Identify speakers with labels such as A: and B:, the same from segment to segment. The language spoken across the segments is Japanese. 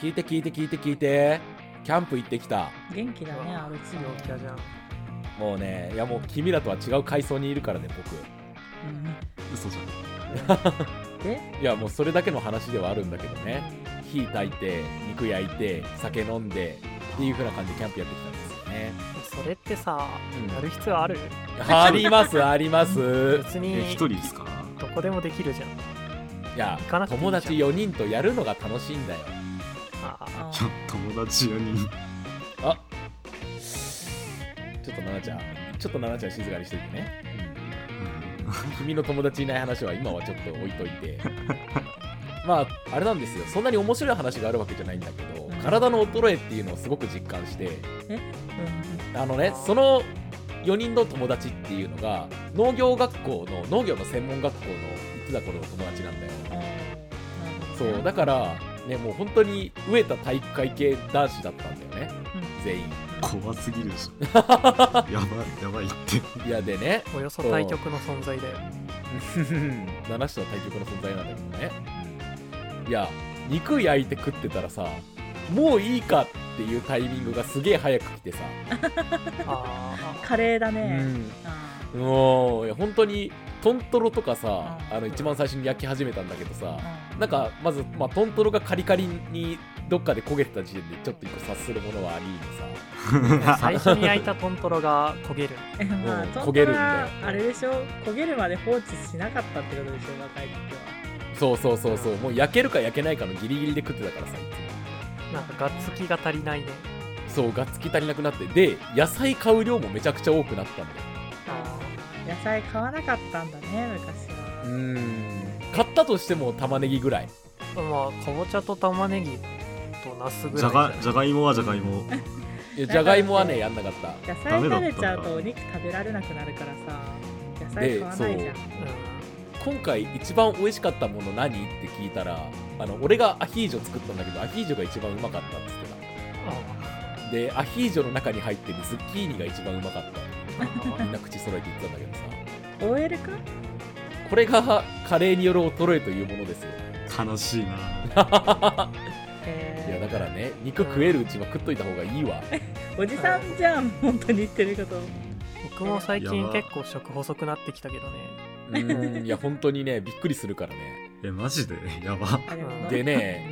A: 聞いて聞いて聞いて聞いてキャンプ行ってきた
B: 元気だね、あれ、次
C: 陽キャじゃん
A: もうねいやもう君らとは違う階層にいるからね僕
C: 嘘じゃん
B: で、
A: いやもうそれだけの話ではあるんだけどね火炊いて肉焼いて酒飲んでっていう風な感じでキャンプやってきたんですよね、
D: それってさ
A: うん
D: やる必要ある
A: ありますあります
D: 別
C: え一
D: に
C: 人ですから
D: どこでもできるじゃん
A: いや
D: 行かなくていいじゃ
A: 友
D: ん
A: 達4人とやるのが楽しいんだよ
D: あー
B: あ
C: ちょ友達4人
A: あちょっと奈々ちゃんちょっと奈々ちゃん静かにしていてね、うん君の友達いない話は今はちょっと置いとい てまああれなんですよそんなに面白い話があるわけじゃないんだけど体の衰えっていうのをすごく実感してあのねその4人の友達っていうのが農業学校の農業の専門学校の行ってた頃の友達なんだよそうだからねもう本当に飢えた体育会系男子だったんだよね、
B: う
A: 全員
C: 怖すぎるでしょやばいやばいって
A: いやでね
D: およそ対局の存在だよ
A: 七種の対局の存在なんだけどねいや肉焼いて食ってたらさもういいかっていうタイミングがすげえ早く来てさ、
D: あ
B: カレーだね。
A: うん、もういや本当にトントロとかさ
B: うん
A: あの一番最初に焼き始めたんだけどさ
B: うん
A: なんかまず、まあ、トントロがカリカリにどっかで焦げてた時点でちょっと一個察するものはありでさ
D: あ 最初に焼いたトントロが焦げる
B: えまあ、
A: うん
B: ト
A: 焦
B: ントロは
A: げるんだよ
B: あれでしょ焦げるまで放置しなかったってことでしょ若い時
A: そうそうそうそうもう焼けるか焼けないかのギリギリで食ってたからさいつも
D: なんかガッツキが足りないね
A: そうがっつき足りなくなってで野菜買う量もめちゃくちゃ多くなったんだよ
B: あは野菜買わなかったんだね昔は
A: うん買ったとしても玉ねぎぐらい
D: まあかぼちゃと玉ねぎとナスぐ
C: じ
D: ら
C: ゃ
D: い
C: がじゃがいもはじゃがいも
A: いやじ
B: だから
A: ゃがいもはねやんなかった
B: 野菜食べちゃう
C: ダ
B: とお肉食べられなくなるからさ野菜買わないじゃん
A: で
D: う
A: 今回一番美味しかったもの何って聞いたらあの俺がアヒージョ作ったんだけどアヒージョが一番うまかったっつって
D: んあ
A: たでアヒージョの中に入ってるズッキーニが一番うまかった
D: ー
A: みんな口揃えて言ってたんだけどさ
B: OL か
A: これがカレーによる衰えというものですよ
C: 悲しいない
A: や
B: え
A: だからね肉食えるうちは食っといた方がいいわ
B: ー、おじさんじゃん本当に言ってること
D: 僕も最近結構食細くなってきたけどね
A: うんいや本当にねびっくりするからね
C: えマジでやば
B: あれも
A: でね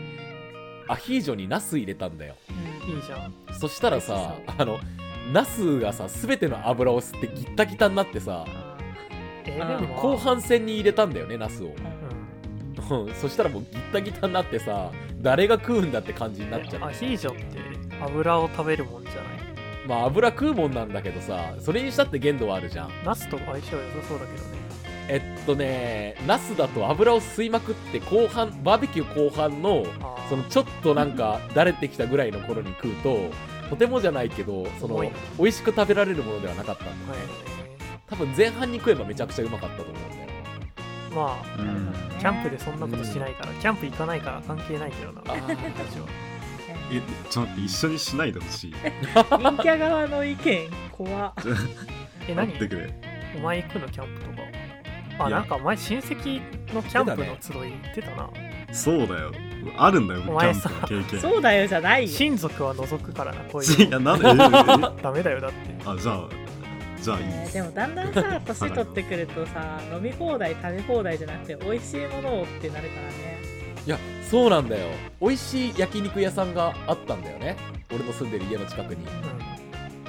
A: アヒージョにナス入れたんだよ
B: うん
D: いいじゃん
A: そしたらさあのナスがさ全ての油を吸ってギッタギタになってさ
B: あ
D: え
B: あー
D: ーでも
A: 後半戦に入れたんだよねナスを、
B: ーうん
D: う
A: うん、そしたらもうギッタギタになってさ誰が食うんだって感じになっちゃ
D: ん
A: っ
D: ア
A: て
D: ヒージョって油を食べるもんじゃない
A: まあ油食うもんなんだけどさそれにしたって限度はあるじゃん
D: ナスと相性良さそうだけどね
A: えっとねナスだと油を吸いまくって後半バーベキュー後半の
D: あー
A: そのちょっとなんかだれてきたぐらいの頃に食うととてもじゃないけどその
D: 重い
A: 美味しく食べられるものではなかったんだよ
D: はい
A: 多分前半に食えばめちゃくちゃうまかったと思うんだよ
D: ま
C: う
B: なる
C: ん
B: ほどね
D: あキャンプでそんなことしないから、キャンプ行かないから関係ないけどな
A: あ
C: えちょっと待って一緒にしないでほしい
B: 陰キャ側の意見怖っ
D: え
C: 待
D: 何
C: ってくれ
D: お前行くのキャンプとかあ
C: いや
D: なんかお前親戚のキャンプの集い行ってたな
C: そうだよあるんだよ
D: お
C: 僕キャ
D: 前
C: ン
D: さ
C: プの経験
B: そうだよじゃないよ
D: 親族は除くからなこうい
C: いうや
D: の
C: なんで
D: ダメだよだって
C: えあじゃあじゃあいい
B: え
C: で
B: ー
C: す
B: でもだんだんさ年取ってくるとさ飲み放題食べ放題じゃなくて美味しいものをってなるからね
A: いやそうなんだよ美味しい焼肉屋さんがあったんだよね俺の住んでる家の近くに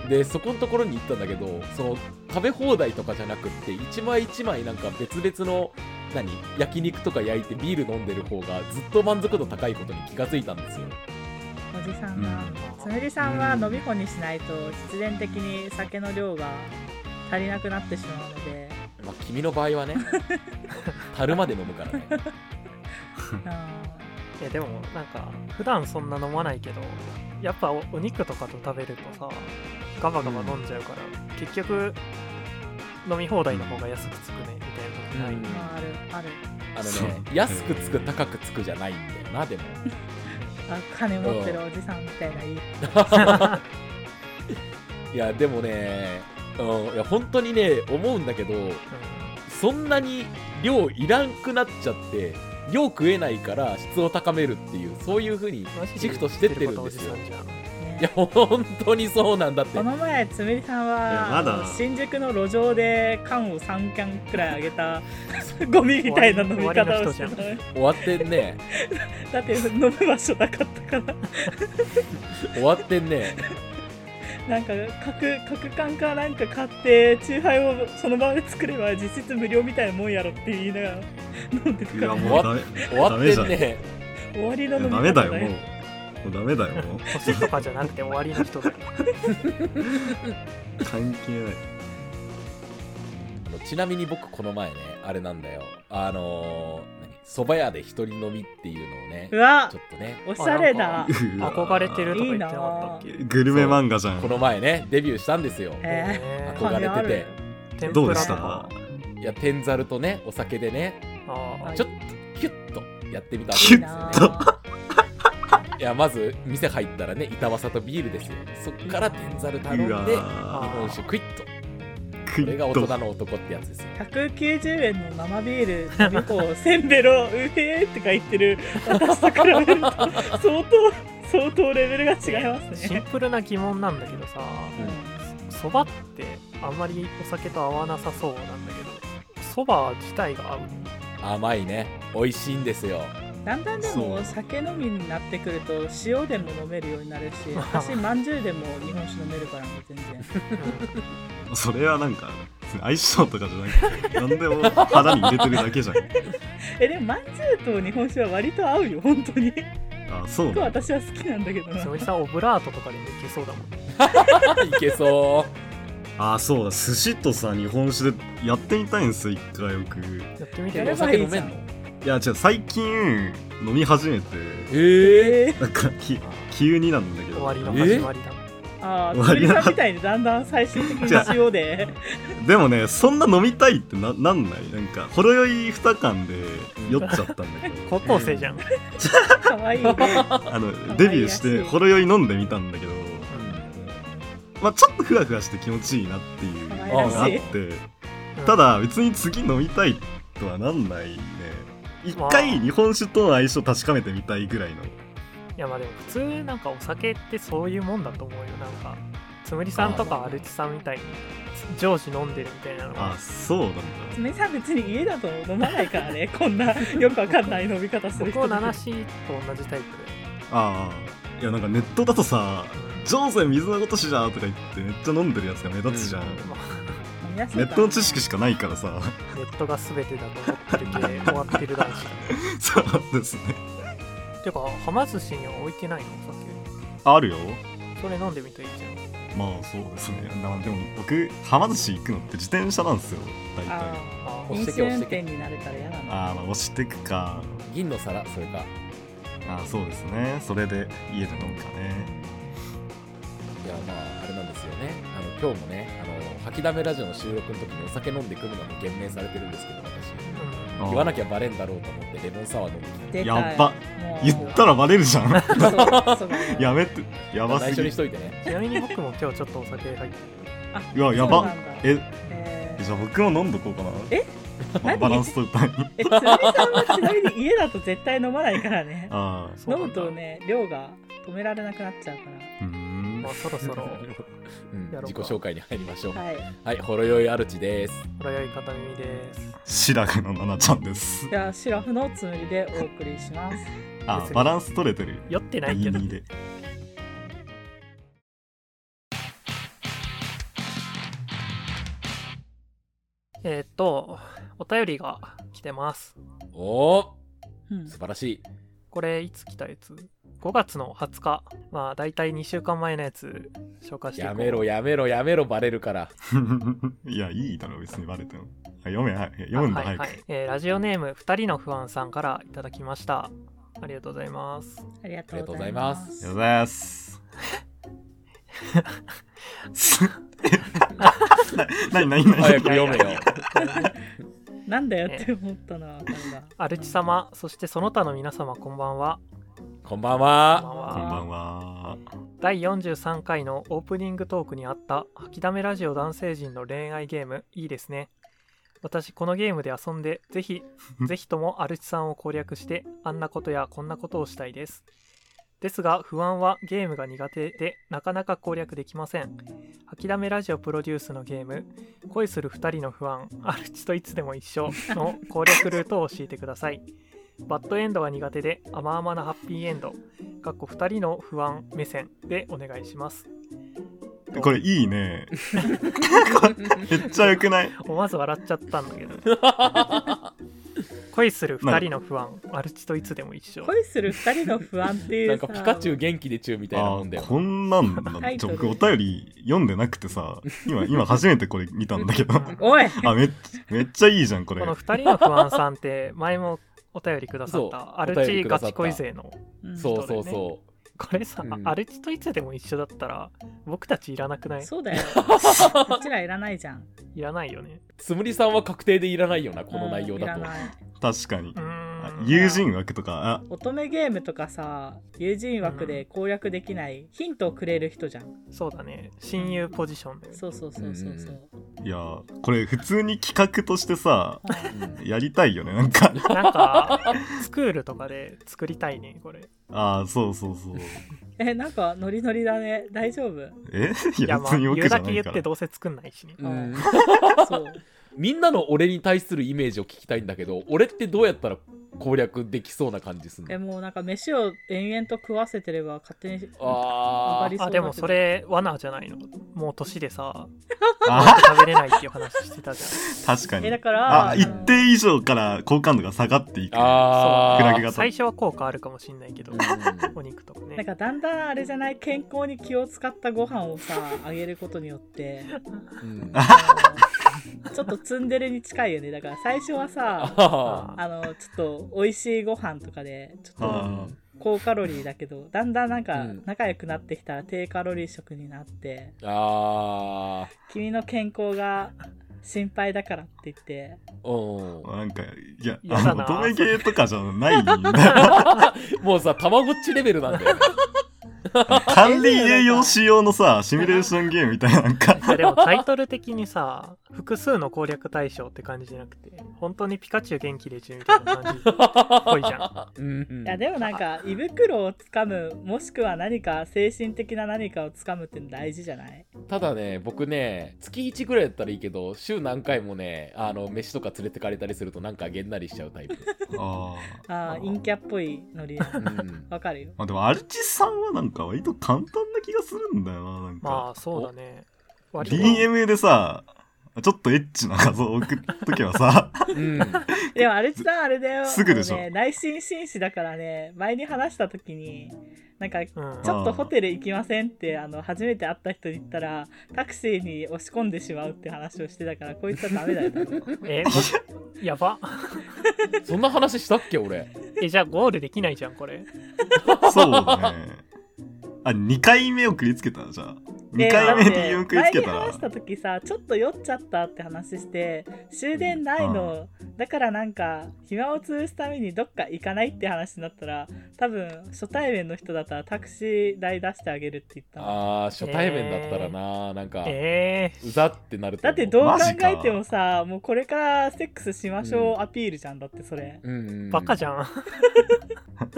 A: でそこのところに行ったんだけどその食べ放題とかじゃなくって一枚一枚なんか別々の何焼肉とか焼いてビール飲んでる方がずっと満足度高いことに気がついたんですよ
B: おじさ
C: うんん
B: がつむりさんは飲み放にしないと必然的に酒の量が足りなくなってしまうので、
A: まあ君の場合は ね樽まで飲むからね
B: う
D: えでもなんか普段そんな飲まないけどやっぱおお肉とかと食べるとさガバガバ飲んじゃうから、結局飲み放題の方が安くつくねみたいなことない、
A: うん
B: ん、まああるある
A: あの
C: そう
A: ね安くつく高くつくじゃないんだよなでも
B: あ金持ってるおじさんみたいないい
A: いやでもね、うん、いや本当にね思うんだけど
D: うん
A: そんなに量いらんくなっちゃって量食えないから質を高めるっていうそういうふうにシフトしてってるんですよ
D: マジで言ってることおじさんじゃん
A: いや本当にそうなんだって
B: この前つむりさん
C: いや
B: は
C: まだ
B: あの新宿の路上で缶を3缶くらいあげた ゴミみたいな飲み
D: 終わり
B: 方
D: の
B: を
D: 人
B: して
D: じゃん
B: たね
A: 終わってんね
B: だって飲む場所なかったから
A: 終わってんね
B: なんか角角缶かなんか買ってチューハイをその場で作れば実質無料みたいなもんやろって言いながら飲んでた
C: い
B: か
C: や
B: ら
C: もうダメ
A: 終わって
C: ダ
A: ん
C: メじ
A: ね
B: 終わりの
C: ゃん
B: 飲
C: い
B: み
C: やダ
B: 方
C: メだよ
B: よ
C: もうもうダメだよもう
D: 星とかじゃなくて終わりの人だよ
A: あ
C: 関係ない
A: のちなみに僕この前ねあれなんだよあのー何蕎麦屋で一人飲みっていうのをね
B: うわ
A: ちょっとね
B: おしゃれだ
C: うわ
D: 憧れてるとか言ってなかったっけ
C: グルメ漫画じゃ
A: こ
C: ん
A: の前ねデビューしたんですよ
B: え
D: へ
B: ー、
D: ー
A: 憧れてて
B: 金ある
D: 天
C: ど
D: ぷ
C: う
D: ら
C: で
D: と
C: した
D: か
A: いや天ざるとねお酒でね
D: ああ
A: ちょっとキュッとやってみたわけですよね
B: いいない
A: やまず店入ったらね板わさとビールですよそっから天ざる頼ん
C: う
A: で
C: わ
A: 日
C: ー
A: 本酒クイッと
C: ク
A: こ
C: イ
A: れ
C: ッ
A: が大
C: と
A: 人の男ってやつですよ
B: 190円の生ビール飲み放せんべろうへーとか言ってる私と比べると相当相当レベルが違います
D: シ
B: ね
D: ンプルな疑問なんだけどさそばってあんまりお酒と合わなさそうなんだけどそば自体が合う
A: 甘いね美味しいんです よ
B: だんだんで
C: そ
B: も
C: う
B: 酒飲みになってくると塩でも飲めるようになるし私まんじゅうでも日本酒飲めるからもう全然
D: う
C: それはなんか相性とかじゃなくて何でも肌に入れてるだけじゃん
B: えでもまんじゅうと日本酒は割と合うよ本当に
C: あそう
B: 僕は
C: なんだ
B: 私は好きなんだけど
D: ん
B: な
D: つむりさんオブラートとかでもいけそうだもんね
A: あいけそ
C: あそうだ寿司とさ日本酒でやってみたいんですよ一回よく
D: やってみて
A: う
B: や
D: よ
A: お
B: れ
A: 酒
B: ばい
A: 飲
B: いじ
A: め
B: ゃ
A: ん
B: ん
A: の
C: いや違う最近飲み始めて
A: ええ
B: えー
C: なんかき急になんだけど
D: 終わりの始まりだ
B: ああ、つぶ
C: 割
B: りさ
C: りなん
B: みたいにだんだん最終的に塩で。
C: でもねそんな飲みたいってななんないなんかほろ酔い2缶で酔っちゃったんだけど
D: 高校生じゃん、
B: かわいいね。
C: あのデビューしてほろ酔い飲んでみたんだけど、まあ、ちょっとふわふわして気持ちいいなっていうのがあってただ別に次飲みたいとはなんないね一回日本酒との相性確かめてみたいぐらいの
D: いやまあでも普通なんかお酒ってそういうもんだと思うよなんかつむりさんとかアルチさんみたいに常時飲んでるみたいなの
C: あ
D: が
C: そうなんだ
B: つめさん別に家だと飲まないからね、こんなよくわかんない飲み方する
D: 僕
B: 人
D: はナナシと同じタイプ
C: ああいやなんかネットだとさ「
D: で、
C: ジョーゼン水のことしじゃ」とか言ってめっちゃ飲んでるやつが目立つじゃん、
D: まあ
B: ネ
C: ネットの知識しかないからさ
D: ネットが全てだと思ってる系終わってる男子
C: そうですね
D: てかはま寿司には置いてないのお
C: あるよ
D: 酒それ飲んでみたらいいじゃん
C: まあそうですねだからでも僕はま寿司行くのって自転車なんですよ大体
B: あ
D: あ
B: あ、
A: 押し
B: 飲
A: て
B: 酒
A: け押
B: 運
A: してけ
B: 転になれたら嫌なの。
C: ああまあ押してくか
A: 銀の皿それか
C: ああそうですねそれで家で飲むかね
A: いやまああれなんですよねあの今日もねあの吐きだめラジオの収録の時にお酒飲んでくるのに減免されてるんですけど私
D: う
C: ああ
A: 言わなきゃバレんだろうと思ってレモンサワー飲んできて
B: 出た
C: やっば
B: もう
C: 言ったらバレるじゃん
B: そうそう
C: やめてやば
A: 内
C: す
A: 緒
C: ぎ
A: にしといてね
D: んちなみに僕も今日ちょっとお酒入って
C: うわや
B: そうな
C: ば
B: んだ
C: え
B: えー
C: じゃあ僕も飲んどこうかな
B: え
C: まあ
B: 何
C: バランス取るために
B: え、つめさんはちなみに家だと絶対飲まないからね。
C: ああ
B: 飲むとね、量が止められなくなっちゃうか
C: うーん
D: まあそろそろ
A: うん
D: やろうか
A: 自己紹介に入りましょう
B: ら。はい。
A: はいほろ酔いアルチです
D: ほろ酔い片耳です
C: シラフのナナちゃんです
B: じゃあ、シラフのつむりでお送りします。
C: ああバランス取れてる
D: 酔ってないけど
C: 22で
D: えーっとお便りが来てます
A: おお
B: うん
A: 素晴らしい
D: これいつ来たやつ5月の20日まあ大体2週間前のやつ紹介していこ
A: や
D: う
A: めろやめろやめろバレるから
C: いやいいだろ別にバレてもあ読めはい読むんだ
D: あは
C: 早
D: い
C: く
D: はいえーラジオネーム2人の不安さんからいただきましたありがとうございます
B: ありが
A: とうございます
C: ありがとうございますななになにな
A: 早
C: に
A: く読めよ
B: なんだよって思ったな、今度は
D: アルチ様そしてその他の皆様こんばんは
A: こんばん
D: こんば
A: は
D: ん
C: こん
D: は
C: ばんは
D: 第43回のオープニングトークにあった「吐きだめラジオ男性陣の恋愛ゲームいいですね」私このゲームで遊んでぜひぜひともアルチさんを攻略してあんなことやこんなことをしたいですですが不安はゲームが苦手でなかなか攻略できません諦めラジオプロデュースのゲーム「恋する2人の不安アルチといつでも一緒」の攻略ルートを教えてくださいバッドエンドが苦手で甘々なハッピーエンドかっこ2人の不安目線でお願いします
C: これいいねめっちゃよくない
D: 思わず笑っちゃったんだけど恋する2人の不安アルチといつでも一緒
B: 恋する二人の不安ってい
A: な
B: うんさ
A: かピカチュウ元気で中みたいな
C: あ
A: もんだよ
C: ーこんなんなんだ
B: タイ
C: ち
B: ト
C: ょ
B: ル
C: 僕お便り読んでなくてさ今今初めてこれ見たん だけど
B: おい
C: あめっめっちゃいいじゃんこれ
D: この2人の不安さんって前もお便りくださっ
A: そう
D: たアル
A: お便
D: チ
A: りくだ
D: ガ
A: さった
D: チ恋勢の
B: うん
A: そうそうそ
D: これさ、
A: うん
D: アルチといつでも一緒だったら僕たちいらなくない
B: そうだ よこっちらいらないじゃん
D: いらないよね
A: うつむりさんは確定でいらないよなこの内容だ
B: う
A: と
B: んいらない
C: 確かに
D: うー
C: あ
D: ん
C: 友人枠とか
B: 乙女ゲームとかさ友人枠で攻略できないヒントをくれる人じゃん
D: そうだね親友ポジションで
B: そうそうそうそうそう
C: あいやーこれ普通に企画としてさ
A: うん
C: やりたいよねなんか
D: なんかスクールとかで作りたいねこれ
C: ああそうそうそう
B: えなんかノリノリだね大丈 夫
C: えい
D: い
C: や
D: やまあ
C: 別に
D: 言
C: 奥
D: う
C: じゃ
D: だ
C: な
D: け
C: い
D: 言
C: か
D: って
C: ら
D: どうせ作んないしね
A: うん
B: そう
A: みんなの俺に対するイメージを聞きたいんだけど俺ってどうやったら攻略できそうな感じすん
B: え
A: の
B: もうなんか飯を延々と食わせてれば勝手に
A: あ
B: わかり
A: ー
B: そう
D: あでもそれ罠じゃないのもう年でさ
C: あ
D: 食べれないっていう話してたじ
C: 確か
B: えだ
C: に
B: から
C: あ
B: の
C: 一定以上から好感度が下がっていく
A: あー
C: クラゲ
D: ゃ
C: が
D: ん最初は効果あるかもしんないけど
A: う
D: お肉とか
B: なん
D: ね
B: かだんだんあれじゃない健康に気を使ったご飯をさあげることによっ
A: ん
B: て
A: うん
B: あの ちょっとツンデレに近いよねだから最初はさ
A: あ
B: あのちょっと美味しいご飯とかでちょっと
C: あ
B: 高カロリーだけどだんだんなんか
A: うん
B: 仲良くなってきたら低カロリー食になって
A: ーあ
B: 君の健康が心配だからって言って
A: ー
C: ーなんかいや
D: 嫌
C: あ
D: だ
C: の
D: な
C: 乙女系とかじゃないんだよ
A: うん もうさたまごっちレベルなんだよね
C: 管理栄養士用のさシミュレーションゲームみたいななんか
D: いやでもタイトル的にさ複数の攻略対象って感じじゃなくて本当にピカチュウ元気でちゅみたいな感じぽ いじゃん
A: うんうん
B: いやでもなんか胃袋をつかむもしくは何か精神的な何かをつかむって大事じゃない
A: ただね僕ね月1ぐらいだったらいいけど週何回もねあの飯とか連れてかれたりするとなんかげんなりしちゃうタイプ、
C: あー
B: ああ陰キャっぽいノリだ
A: う
B: ね
A: ん
B: わかるよ
C: まあでもアルチさんはなんか割と簡単な気がするんだよななんか、
D: まあそうだね割と
C: DM でさちょっとエッチな画像送っとけばさ
A: うん、
B: でもあれさんあれだよ
C: すぐでしょ
B: あのね、内心紳士だからね前に話した時になんかち
D: うん
B: ょっとホテル行きませんってあの初めて会った人に言ったらタクシーに押し込んでしまうって話をしてたからこいつはダメだよ多分
D: えやば
A: そんな話したっけ 俺
D: えじゃあゴールできないじゃんこれ
C: そうだねあ2回目送りつけたじゃあ2回目 DM 送りつ
B: 前
C: けた
B: に
C: ら
B: 話した時さちょっと酔っちゃったって話して終電ないの、だからなんか暇を潰すためにどっか行かないって話になったら多分初対面の人だったらタクシー代出してあげるって言ったの
A: あー初対面だったらな、なんか、
D: え
A: うざってなると
B: だ
A: 思
B: ってどう考
C: マジか
B: えてもさもうこれからセックスしまし
A: う
B: ょうアピールじゃんだってそれ、
A: うんうん、
D: ー、バカじ
A: ゃ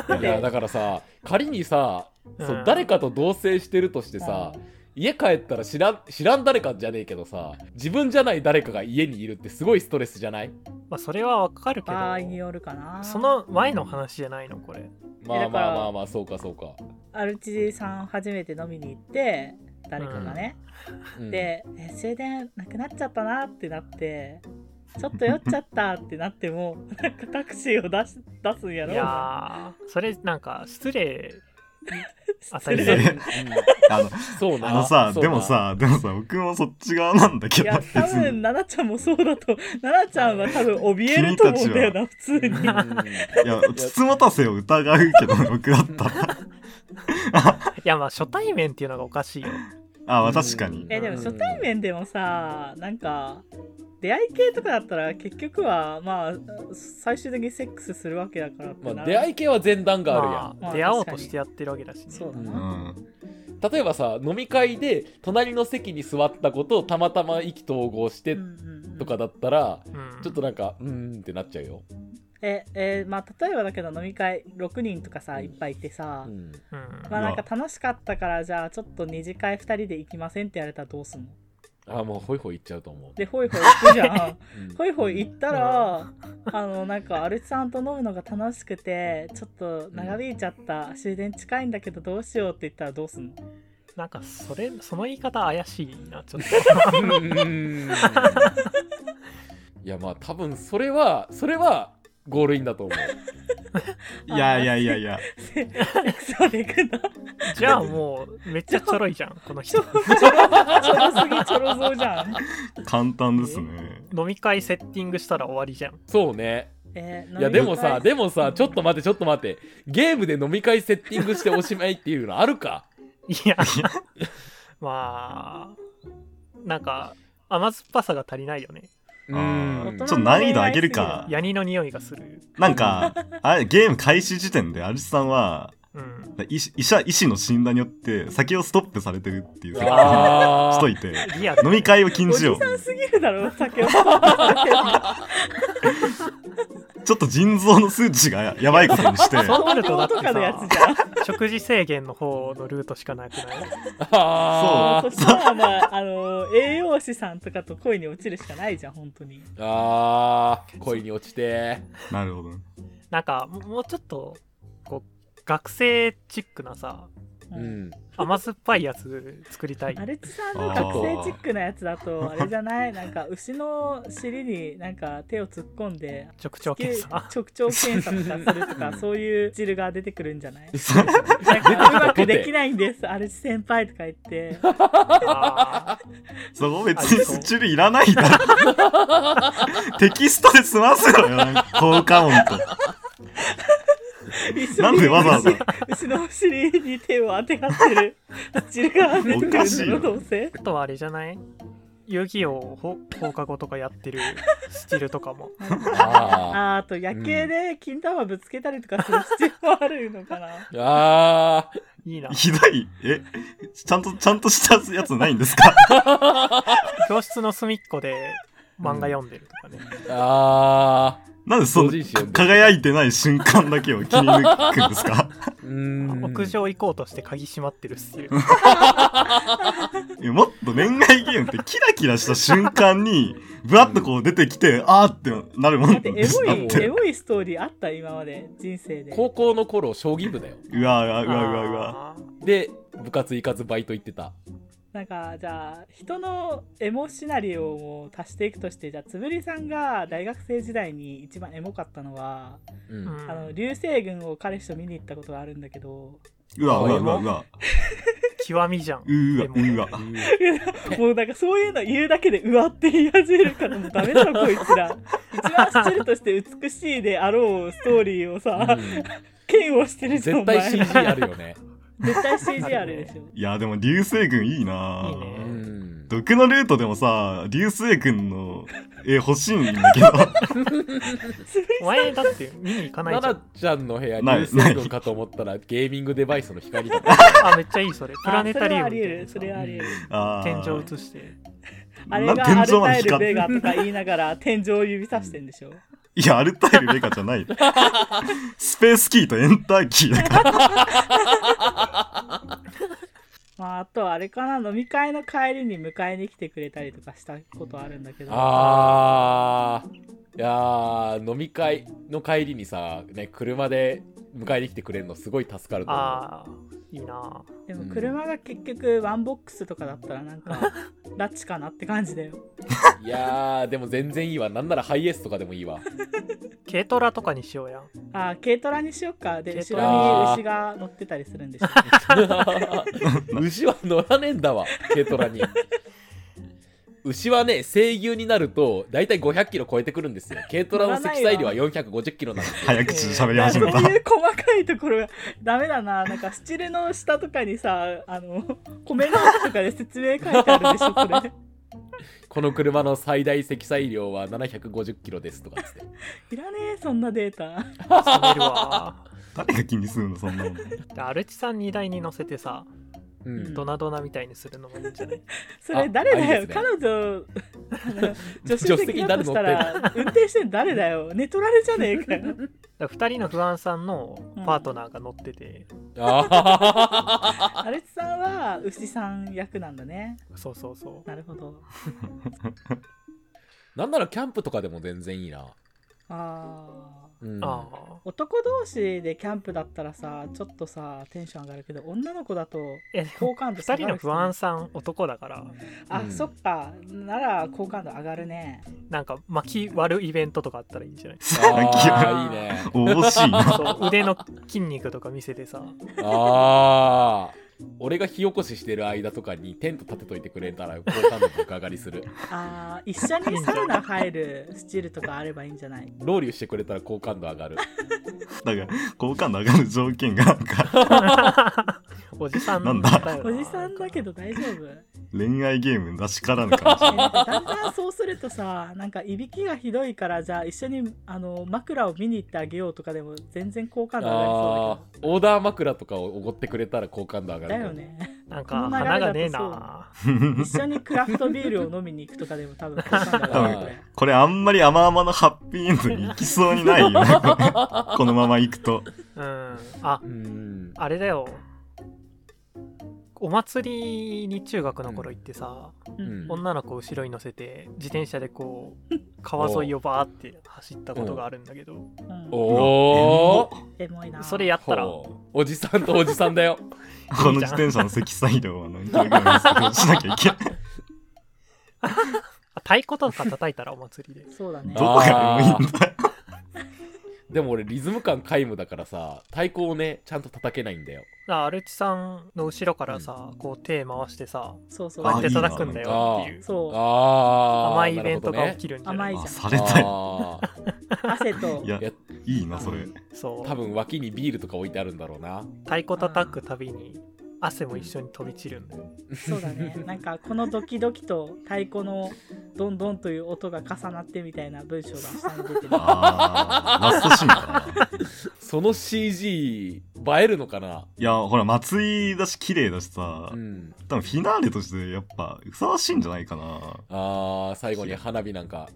D: ゃん
A: んいやだからさ仮にさ、そううん誰かと同棲してるとしてさ、
B: うん
A: 家帰ったら知らん知らん誰かじゃねえけどさ自分じゃない誰かが家にいるってすごいストレスじゃない
D: まあそれはわかるけ
B: 場合に
D: ど
B: よるかな
D: その前の話じゃないのこれ
A: まあ
B: だから
A: まあまあまあそうかそうか、
B: アルチさん初めて飲みに行って誰かがね、
A: うん、
B: でえ終電なくなっちゃったなってなってちょっと酔っちゃったってなっても なんかタクシーを出す出すんやろ
D: いやーそれなんか失礼
B: 失
D: 当たり
A: うん
D: 前
B: 礼
A: うん
C: あの
A: そうな
C: あのさ
A: そう
C: で
A: な
C: もさでもさ僕もそっち側なんだけ
B: い
C: ど
B: や
C: 別
B: 多分
C: に
B: 奈々ちゃんもそうだと奈々ちゃんは多分怯えると思うんだ よな普通に
A: うん
C: いや筒持たせを疑うけどね僕だったら
D: いやまあ初対面っていうのがおかしいよ
C: あまあ確かに
B: えでも初対面でもさなんか出会い系とかだったら結局はまあ最終的にセックスするわけだからってなる、
A: まあ、出会い系は前段があるやん
D: ま、
B: まあ
D: あ、出会おうとしてやってるわけだしね
B: そうだ
A: う
B: な、
C: うん
A: 例えばさ飲み会で隣の席に座ったことをたまたま意気投合して
B: うんうんうん
A: とかだったら、
D: うん、
A: ちょっとなんか、うーんってなっちゃうよ。
B: ええーまあ例えばだけど飲み会6人とかさいっぱいいてさ、
A: うん、
D: うん
B: まあなんか楽しかったからじゃあちょっと二次会2人で行きませんって言われたらどうすんの
A: あもうホイホイいっちゃうと思う。
B: でホイホイ行くじゃん
A: うん
B: ホイホイ行ったらあのなんかアルチさんと飲むのが楽しくてちょっと長引いちゃった終電近いんだけどどうしようって言ったらどうすんの
D: なんかそれその言い方怪しいなちょっ
A: うーんいやまあ多分それはそれはゴールインだと思う。
C: いやいやいやいや。
B: セクソで行くの
D: とじゃあもうめっちゃちょろいじゃ んこの
B: ちょ
D: 人
B: ちょろちょろすぎちょろそうじゃん
C: 簡単ですね。
D: 飲み会セッティングしたら終わりじゃん
A: そうね。
B: えー
A: いやでもさで
B: も
A: もさちょっと待ってちょっと待ってゲームで飲み会セッティングしておしまいっていうのあるか。
D: い やまあなんか甘酸っぱさが足りないよね
A: う
C: あ
A: ー
C: ー
A: ん
C: ちょっと難易度上げるか。
D: ヤニの匂いがする
C: なんか、あれゲーム開始時点でアルチさんは、
D: うん
C: 医師医者医師の診断によって酒をストップされてるっていう設定
A: あ
C: にしと
A: ー
C: いて、
D: リアル
C: 飲み会を禁
B: お
C: 止
B: じ
C: よ
B: さ
C: うん
B: すぎるだろ酒を
C: ちょっと腎臓の数値がやばいことにして、
D: そうなると
B: 本
D: だって
B: 当とかのやつ
D: さ
B: じゃん
D: 食事制限の方のルートしかなくない
A: あ
B: そ
A: ー
B: したらまああの栄養士さんとかと恋に落ちるしかないじゃん本当に
A: あー恋に落ちて
C: なるほどね。
D: なんかももうちょっとこう学生チックなさ
B: う
A: うんん
D: 甘酸っぱいやつ作りたい
B: アルチさんの学生チックなやつだとあれじゃないなんか牛の尻になんか手を突っ込んで
D: 直腸検査
B: 直腸検査とかすると
A: う
B: か
A: ん
B: そういう汁が出てくるんじゃない
A: そう
B: なんかうまくでき
A: ない
B: ないんですアルチ先輩とか言って
D: あー
C: そこ別にスチルいらないだろ。テキストで済ませろよ、なんか効果音と。
B: 一緒に
C: なんでわざわざ
B: 牛牛のお尻に手を当てがって る汁が出てくるん
C: おかし
B: だ
C: い
B: ろ
C: よ
B: どうせ
D: あとはあれじゃない遊戯王をほ放課後とかやってるスチルとかも
A: あ
B: あーあと野球で金玉ぶつけたりとかする必要もあるの かな
A: ーあー
D: いいな
C: ひどい。えちゃんと、ちゃんとしたやつないんですか
D: 教室の隅っこで漫画読んでるとかね、
A: あ
C: なんでその
A: 同人誌読んでる
C: 輝いてない瞬間だけを切り抜くんですか
A: ーうーん
D: 屋上行こうとして鍵閉まってるスチル
C: いやもっと恋愛ゲームってキラキラした瞬間に、ぶわっとこう出てきて、あーってなるも
B: だ
C: ん
B: って
C: で
B: エ
C: す。
B: モ
C: だっ
B: いエ
C: て。
B: モいストーリーあった今まで人生で
A: 高校の頃将棋部だよ
C: うわうわうわうわうわ。
D: あー
A: で部活行かずバイト行ってた
B: なんかじゃあ人のエモシナリオを足していくとしてじゃあつぶりさんが大学生時代に一番エモかったのは、
A: うん
D: う
B: あの
D: ん、
B: 流星群を彼氏と見に行ったことがあるんだけ ど
C: うわうわうわうわ。
D: 極みじゃん
C: うーわうわ。
B: もうなんかそういうの言うだけでうわって言い始めるからもうダメだろこい つら一番スチルとして美しいであろうストーリーを
A: う
B: さ
A: ん
B: 嫌悪してるじ
A: 絶
B: ゃんお前
A: 対 CG あるよね
B: 絶対 CG あるでし ょ
C: いや、でも流星群いいなぁ
D: いいね
A: うん
C: 毒のルートでもさ、流星群の絵欲しいんだ けど、
D: お前だって見に行かない
A: 奈
D: じゃ
A: 々ちゃ
D: ん
A: んの部屋に
C: ない
A: 流星群かと思ったらゲーミングデバイスの光だった
D: あめっちゃいいそれプラネタリウ
B: あそれ
D: ムみ
B: はあり得るそ
D: たい
B: れ
D: な
B: はあり得る
C: あ
D: 天井
C: ー
D: 映して
B: あれが
C: な
B: アルタイル・
C: っ
B: ベガとか言いなが ら天井を指さしてんでしょ
C: いや、アルタイルレカじゃない。スペースキーとエンターキーだから。
B: まあ、あとはあれかな飲み会の帰りに迎えに来てくれたりとかしたことあるんだけど
A: あーいやー飲み会の帰りにさ、ね、車で迎えに来てくれるのすごい助かると思う
D: ああいいな
B: でも車が結局ワンボックスとかだったらなん かラッチかなって感じだよ
A: いやーでも全然いいわなんならハイエースとかでもいい わ
D: 軽トラとかにしようや
B: あー軽トラにしようかで
D: 軽
B: 後
D: ト
A: ラ
B: ろに牛が乗ってたりするん でしょ
A: 牛は乗らねえんだわ軽トラに牛はね生牛になると大体500キロ超えてくるんですよ軽トラの積載量は450キロなんですよ
C: 早口で喋り
B: あ
C: 始
B: そう
C: めた。
B: いう細かいところがダメだななんかスチルの下とかにさあの米の下とかで説明書いてあるでしょそれ
A: この車の最大積載量は750キロですとかっつって
B: いらねえそんなデータ
D: 冷めるわ
C: 誰が気にするの、そんなの。
D: でアルチさん荷台に乗せてさ
A: うん
D: ドナドナみたいにするのもいいんじゃない
B: それ誰だ
A: あいい
B: よ、
A: ですね
B: 彼女 あの助
A: 助
B: 手
A: 手席
B: 席
A: に
B: だ
A: 誰乗っ
B: とし
A: たてんの
B: ら運転してんの誰だよ寝取られじゃねえ かよ
D: だから2人の不安さんのパートナーが乗ってて、
A: あ
B: アレツさんは牛さん役なんだね
D: そうそうそ
B: なるほど
A: ー なんならキャンプとかでも全然いいな。
B: あー
A: う
D: う、
A: ん、
D: ああ
B: 男同士でキャンプだったらさちょっとさテンション上がるけど女の子だと
D: えで
B: 好
D: も
B: 感度下
D: 2
B: がる
D: 人の不安さん男だから
B: あ、
A: うん
B: そっかなら好感度上がるね
D: なんか巻き割るイベントとかあったらいいんじゃない
A: あーいいね。
C: お惜しいな。
D: そう腕の筋肉とか見せてさ
A: ああ。俺が火起こししてる間とかにテント立てといてくれたら好感度爆上がりする。
B: あー一緒にサウナ入るスチールとかあればいいんじゃない
A: ロウリュしてくれたら好感度上がる。
C: だから、好感度上がる条件が、なんか、
D: おじさん
C: なんだ
D: よ
B: おじさんだけど大丈夫え
C: 恋愛ゲーム出しからぬ感じ。
B: だんだんそうするとさなんかいびきがひどいからじゃあ一緒にあの枕を見に行ってあげようとかでも全然好感度上がり
A: ああ
B: そ。
A: オーダー枕とかをおごってくれたら好感度上
B: う
A: が
B: だけどだ
A: る。
B: よ。ね
D: なん
B: こ
D: か
B: の流れだと
D: 花がねえ
B: そう
D: な
B: 一緒にクラフトビールを飲みに行くとかでも多分好感度上がるよね
C: これあんまり甘々のハッピーエンドに行きそうにないよね。 このまま行くと。
D: うんあ
A: うん。
D: あれだよお祭りに中学の頃行ってさ、
A: うん
D: 女の子を後ろに乗せて自転車でこう川沿いをバーって走ったことがあるんだけど
B: うん
A: おお。
B: エモいな
D: それやったら
A: ほうおじさんとおじさんだよ。
C: この自転車の積載量は何キロぐらいにするしなきゃいけない。
D: あ太鼓とか叩いたらお 祭りで
B: そうだね
C: どこがエモいんだよ。
A: でも俺リズム感皆無だからさ、太鼓をね、ちゃんと叩けないんだよ。
D: あアルチさんの後ろからさ、こう手回してさ
B: そうそ
D: こ
B: う
D: うやって叩くんだよっていう
B: そう
A: ああ。
D: 甘いイベントが
A: なる
D: 起
A: ほ
D: きるんじゃな
B: 甘
D: い
B: いじゃ
C: あ、
B: ん
C: さ
A: ど
C: れ
A: ね
C: たい。
A: あー
B: 汗と
C: いや
A: いや、
C: いいな、それ。
D: そう
A: 多分脇にビールとか置いてあるんだろうな。
D: 太鼓叩くたびに汗も一緒に飛び散るんだよ
B: そうだねなんかこのドキドキと太鼓のドンドンという音が重なってみたいな文章が下に出てる
C: あーラストシーンかな。
A: その CG 映えるのかない
C: や、ほら、祭りだし、綺麗だしさ
A: う、ん。
C: 多分フィナーレとしてやっぱ、ふさわしいんじゃないかな。
A: ああ、最後に花火なんか。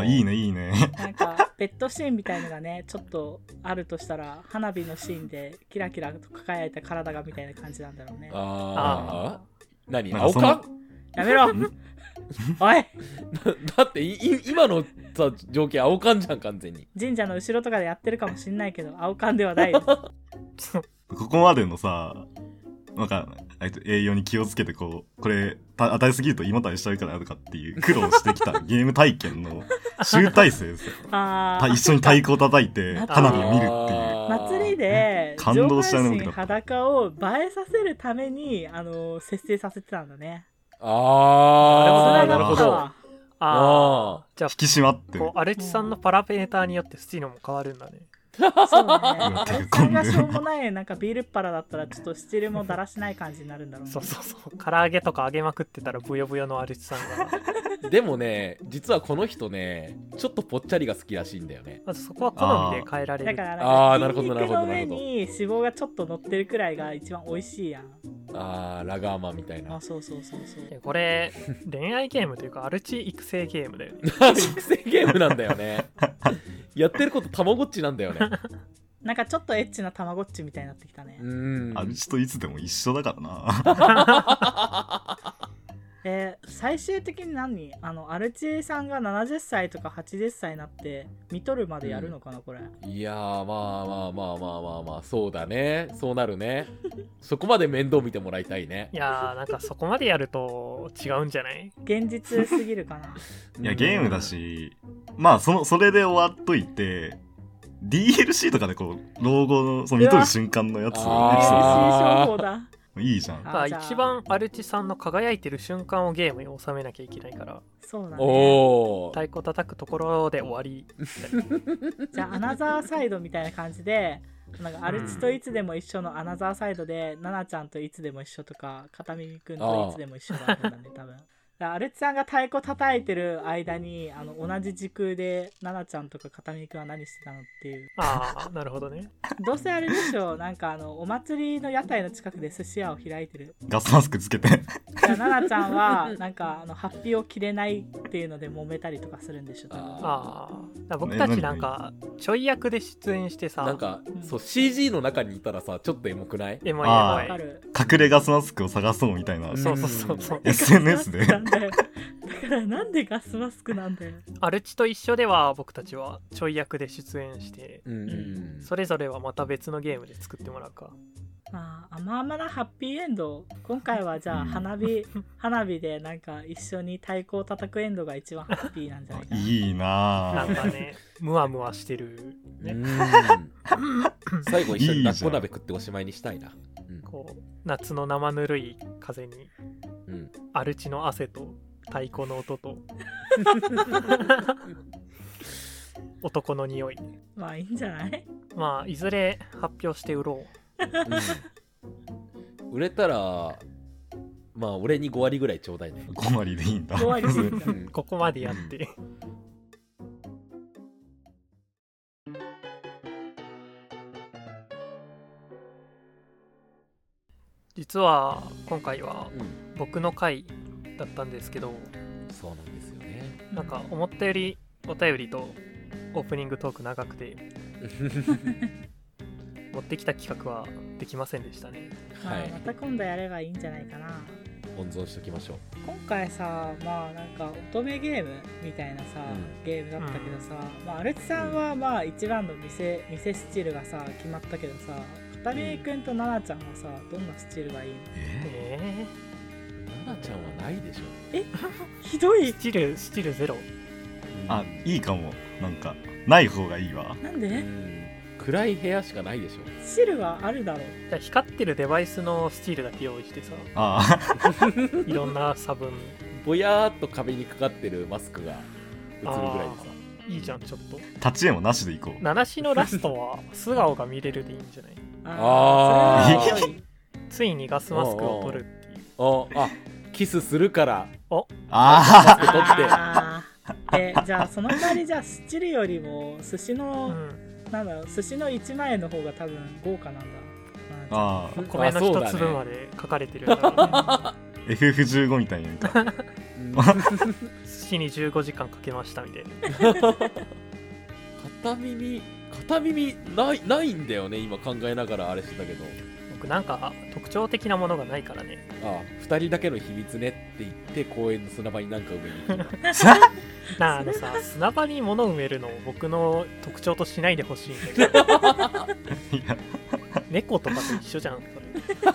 A: う
C: あ、
A: ん
C: いいね、いいね。
B: なんかベッドシーンみたいのがねちょっとあるとしたら花火のシーンでキラキラと輝いた体がみたいな感じなんだろうね
A: ああ。何
C: なんか
A: 青
C: その
A: 缶
B: やめろ
C: ん
B: おい
A: だっていい今のさ条件青缶じゃん完全に。
B: 神社の後ろとかでやってるかもしんないけど青缶ではないです
C: ここまでのさ、なんか、えっと栄養に気をつけて、こう、これ、た与えすぎると胃もたれしちゃうからとかっていう苦労してき たゲーム体験の集大成ですよ。
B: あ
C: た
B: ー
C: 一緒に太鼓を叩いて、
B: あー
C: 花火を見るっていう。
B: 祭りで
C: 感
B: 上
C: 動しちゃうね
B: 半身裸を映えさせるためにあの節制させてたんだね
A: あ
B: そ
A: あ、
B: れ
A: な
B: が
A: る
B: あ
A: ほ
B: った
A: ど。
B: わ
A: あ
D: あーじゃ
C: 引き締まって
D: あこうアルチさんのパラペーターによってスティーノも変わるんだね
B: そうね。
C: 手が
B: そ
C: 込
B: れ
C: んで
B: が
C: る
B: しょうもない、なんかビールっ腹だったら、ちょっとスチールもだらしない感じになるんだろうね。
D: そうそうそう唐揚げとか揚げまくってたらブヨブヨのアルチさんが
A: でもね、実はこの人ね、ちょっとぽっちゃりが好きらしいんだよね。
D: まずそこは好みで変えられ
B: だ
D: る
B: から
A: あー
B: な
A: なんる
B: か、
A: ほ
B: 筋
A: どな
B: 肉
A: るほど
B: の上に脂肪がちょっと乗ってるくらいが一番美味しいやん。
A: ああ、ラガーマンみたいな
B: あ、。そうそうそうそう。
D: えこれ恋愛ゲームというかアルチ育成ゲームだよね
A: 育成ゲームなんだよね。やってることたまごっちなんだよね。
B: なんかちょっとエッチなたまごっちみたいになってきたね。
A: うん。
C: あるちといつでも一緒だからな。
B: えー最終的に何あの、アルチさんが70歳とか80歳になって、見とるまでやるのかな、これ。
A: いやーまあまあまあまあまあまあそうだねそうなるねそこまで面倒見てもらいたいね
D: いやーなんかそこまでやると違うんじゃない
B: 現実すぎるかな。
C: いや、ゲームだし、まあ、その、それで終わっといて、DLC とかでこう、老後の、その見とる瞬間のやつ
A: あー
B: 嬉しい
C: を
B: 商法だ。
C: いいじゃん。
B: あ
D: まあ
B: じゃあ
D: 一番アルチさんの輝いてる瞬間をゲームに収めなきゃいけないから
B: そうだね。
A: おお
D: 太鼓叩くところで終わり
B: じゃあアナザーサイドみたいな感じでなんかアルチといつでも一緒のアナザーサイドで、ナナちゃんといつでも一緒とか片耳くんといつでも一緒だったんだね多分アルツさんが太鼓叩いてる間にあの同じ時空で奈々ちゃんとか片見くんは何してたのっていう
D: ああ、なるほどね。
B: どうせあれでしょうなんかあのお祭りの屋台の近くで寿司屋を開いてる
C: ガスマスクつけて
B: じゃあ奈々ちゃんはなんかあのハッピーを着れないっていうので揉めたりとかするんでしょ多分
D: ああ、だから僕たちなんか、ちょい役で出演してさ、
A: なんか、
B: うん
A: そう CG の中にいたらさちょっとエモくない
D: エモい
C: あー
B: わ
D: エモ
B: か
D: い。
B: る
C: 隠れガスマスクを探そうみたい
A: う
C: な、
A: ん
D: そうそうそうそう。
C: SNS で
B: ガスマスクなんだよだからなんでガスマスクなんだよ
D: アルチと一緒では僕たちはちょい役で出演して、
A: うんうん
D: それぞれはまた別のゲームで作ってもらうか。
B: まあ甘々なハッピーエンド今回はじゃあ
C: うん
B: 花火花火でなんか一緒に太鼓を叩くエンドが一番ハッピーなんじゃないかな
C: いいな
D: な
C: あ
D: んかね、 ムワムワしてる。ね
A: うん最後一緒に抱っこ鍋食っておしまいにしたいなうん
D: こう夏の生ぬるい風に
A: うん
D: アルチの汗と太鼓の 音と男の匂い
B: まあいいんじゃない
D: まあいずれ発表して売ろ
A: うん売れたらまあ俺に5割ぐらいちょうだいね
C: 5割でいいんだ
B: 5割でいいんだ
A: う
D: うんここまでやって実は今回は
A: うん
D: 僕の回だったんですけど
A: そうなんですよね
D: なんか思ったよりお便りとオープニングトーク長 くて持ってきた企画はできませんでしたね
B: まあ
A: はい
B: また今度やればいいんじゃないかな
A: 温存しときましょう
B: 今回さまあなんか乙女ゲームみたいなさ、
A: うん
B: ゲームだったけどさ、まあ、アルチさんはまあ一番の店店スチールがさ決まったけどさ片見くんと奈々ちゃんはさどんなスチールがいいの
C: え
D: え
A: 奈々ちゃんはないでしょ
B: ひど
D: え
B: い
D: スチルスチルゼロ
C: あいいかもなんかない方がいいわ
B: なん
A: う
B: で
A: ん暗い部屋しかないでしょ
B: スチールはあるだろう
D: じゃあ光ってるデバイスのスチールだけ用意してさ
C: あ
D: いろんな差分
A: ぼやーっと壁にかかってるマスクが映るぐらいでさ
D: いいじゃんちょっと
C: あ立ち絵もなしでいこう
D: 七しのラストは素顔が見れるでいいんじゃない
A: あ
B: それ
C: ー
B: は強い
D: ついにガスマスクを取るっていう
A: ああキスするから
C: あ
A: 取って
B: あー えじゃあその代わりじゃあスチルよりも寿司
D: う
B: の、
D: ん
B: なんだろう寿司の1枚の方が多分豪華なんだ奈々ちゃん
C: ああ
D: 米の
A: そうだ
D: 一
A: ね
D: 粒まで書かれてるんだろうね
C: FF15 みたいに か
D: 寿司に15時間かけましたみたいな
A: 片耳 片耳ないないんだよね今考えながらあれしてたけど
D: 僕なんか特徴的なものがないからね
A: ああ2人だけの秘密ねって言って公園の砂場になんか埋めに行った
D: なああのさ砂場に物埋めるのを僕の特徴としないでほしいんだけ ど
C: いや
D: 猫とかと一緒じゃんそ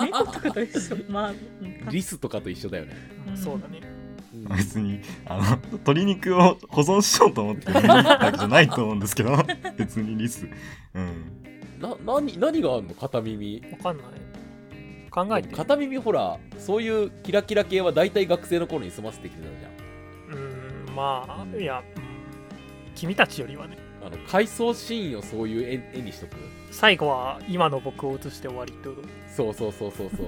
D: れ
B: 猫とかと一緒まあうん
A: リスとかと一緒だよね、
B: うん
D: そうだね
A: うん
C: 別にあの鶏肉を保存しようと思って見に行ったわけじゃないと思うんですけ ど別にリスうん
A: な何何があるの片耳
D: わかんない考えて
A: 片耳ほらそういうキラキラ系は大体学生の頃に済ませてきてたじ
D: うーんまあいやうん君たちよりはね
A: ゃんあの回想シーンをそういう絵絵にしとく
D: 最後は今の僕を映して終わりってこと
A: そうそうそうそう そう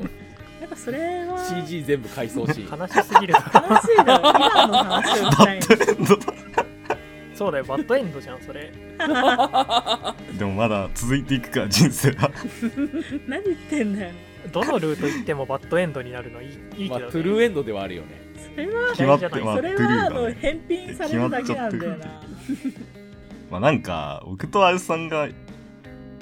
B: なんかそれは
A: CG 全部回想シーン
D: 悲しす ぎるな
B: 悲しいだろ今の話をしたい
C: バッドエンドだ
D: そうだよバッドエンドじゃんそれ
C: でもまだ続いていくか人生 は
B: 何言ってんだよ
D: どのルート行ってもバッドエンドになるのいいい
A: ま
D: いけど、
A: あ
D: ね、
A: トゥルーエンドではあるよね
B: それは
C: 決まってまあ
B: それ
C: トゥル
B: はあ
C: ーだ
B: の
C: ね
B: 返品されるだけなんだよな
C: まあなんか僕とアルさんが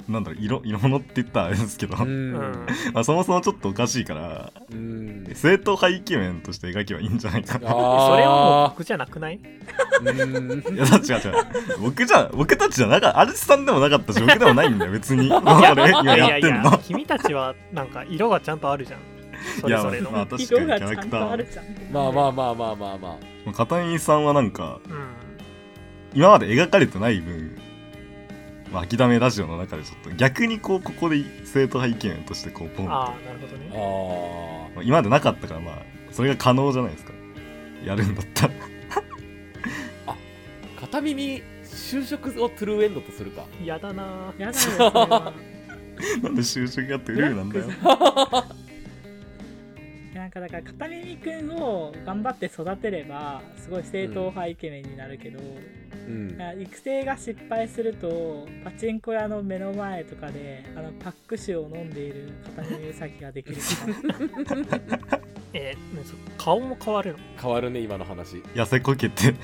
C: なんだろう色色物って言ったらあれですけど、
A: う
D: うん
A: ん
C: まあ、そもそもちょっとおかしいから
A: うん
C: 正統派イケメンとして描けばいいんじゃないか な
D: それはもう
A: あ
D: 僕じゃなくない
A: ーうん
C: いや違う違う僕じゃ僕たちじゃなかったアルさんでもなかったし僕でもないんだよ別に今 俺今やってんの
D: 君たちはなんか色がちゃんとあるじゃんそ
C: い
D: れ
C: や
D: ぞれの、
C: まあ確かにキ
B: 色
C: ャ
B: がち
C: ラ
B: ゃ
C: ク
B: ん
C: タ
B: とあ
C: ー
B: るじゃん
A: まあまあまあまあまあまあ
C: まあ片見さんはなんか
D: うん
C: 今まで描かれてない分、まあ、秋だめラジオの中でちょっと逆にこうここで生徒派意見としてこうポンま
D: ああなるほどね
A: あ
C: あ今までなかったからまあそれが可能じゃないですかやるんだったら
A: あ片耳就職をトゥルーエンドとするか
D: 嫌だな
B: やだよそれは
C: なんで就職やってルールなんだよ
B: ブラなんかだから片耳くんを頑張って育てればすごい正統派イケメンになるけど、
A: うん
B: なんか育成が失敗するとパチンコ屋の目の前とかであのパック酒を飲んでいる片耳ウサギができ るとか
D: えーねそ顔も変わるの
A: 変わるね今の話
C: 痩せこけて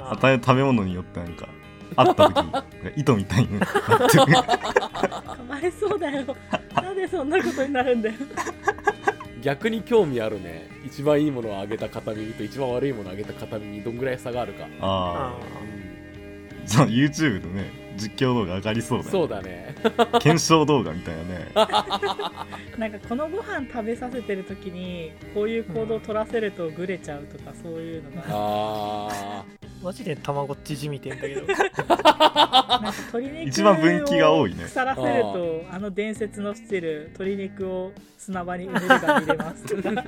D: あ
C: 与える食べ物によってなんか会った時なんか糸みたいに なってる
B: かわいそうだよなんでそんなことになるんだよ
A: 逆に興味あるね一番いいものをあげた片耳と一番悪いものをあげた片耳にどんぐらい差があるか、
C: あ
D: あ
C: あじゃあ YouTube でね実況動画上がりそうだね
A: そうだね
C: 検証動画みたいなね
B: なんかこのご飯食べさせてる時にこういう行動を取らせるとグレちゃうとかそういうのが
A: あ
D: ーマジでたまごっちじみてんだけど
B: なんか鶏肉を
C: 一番分岐が多いね
B: 腐らせるとあの伝説のスチル鶏肉を砂場に埋めるが見れますと か
A: ー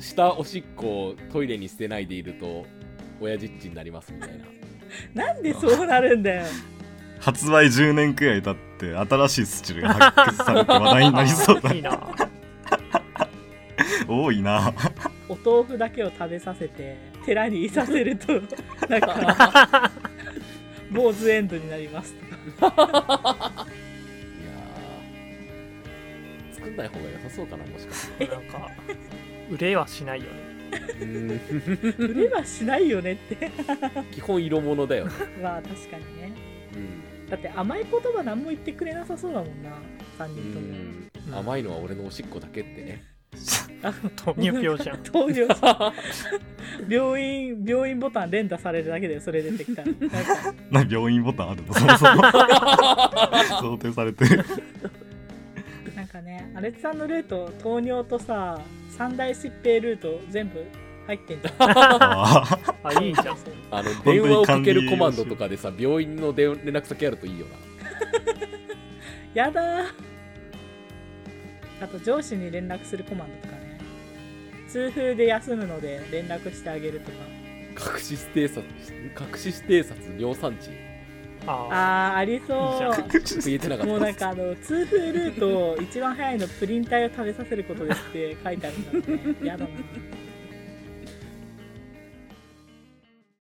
A: 下おしっこをトイレに捨てないでいると親父っちになりますみたいな
B: なんでそうなるん だよ
C: 発売10年くらい経って新しいスチルが発掘されて話題に なりそ うだ
D: いいな
C: 多いな
B: お豆腐だけを食べさせて寺にいさ せるとなんか坊主エンドになりますとか
A: いやー作んない方が良さそうかなもしかして
D: なんか売れはしないよね
A: うん
B: 売れはしないよねって
A: 基本色物だよね、
B: まあ確かにね
A: うん
B: だって甘い言葉何も言ってくれなさそうだもんな3人とも。
A: うん甘いのは俺のおしっこだけってね
D: 糖尿病 じゃん
B: 糖尿病病院病院ボタン連打されるだけでそれ出てきたらなんか
C: な病院ボタンあるのそもそ も想定されてる
B: なんかねアレツさんのルート糖尿とさ三大疾病ルート全部入ってんじゃん
C: あー
D: あいいじゃん
A: あの
C: 当に
A: 電話をかけるコマンドとかでさ病院の電連絡先あるといいよな
B: やだーあと上司に連絡するコマンドとかね痛風で休むので連絡してあげるとか
A: 隠し偵察隠し偵察尿酸値
D: あ
B: あーあり
D: いいじゃん
B: そう
A: ちょっと言えてなかった
B: もうなんかあの痛風ルートを一番早いのプリン体を食べさせることですって書いてあるんだろうね。やだな。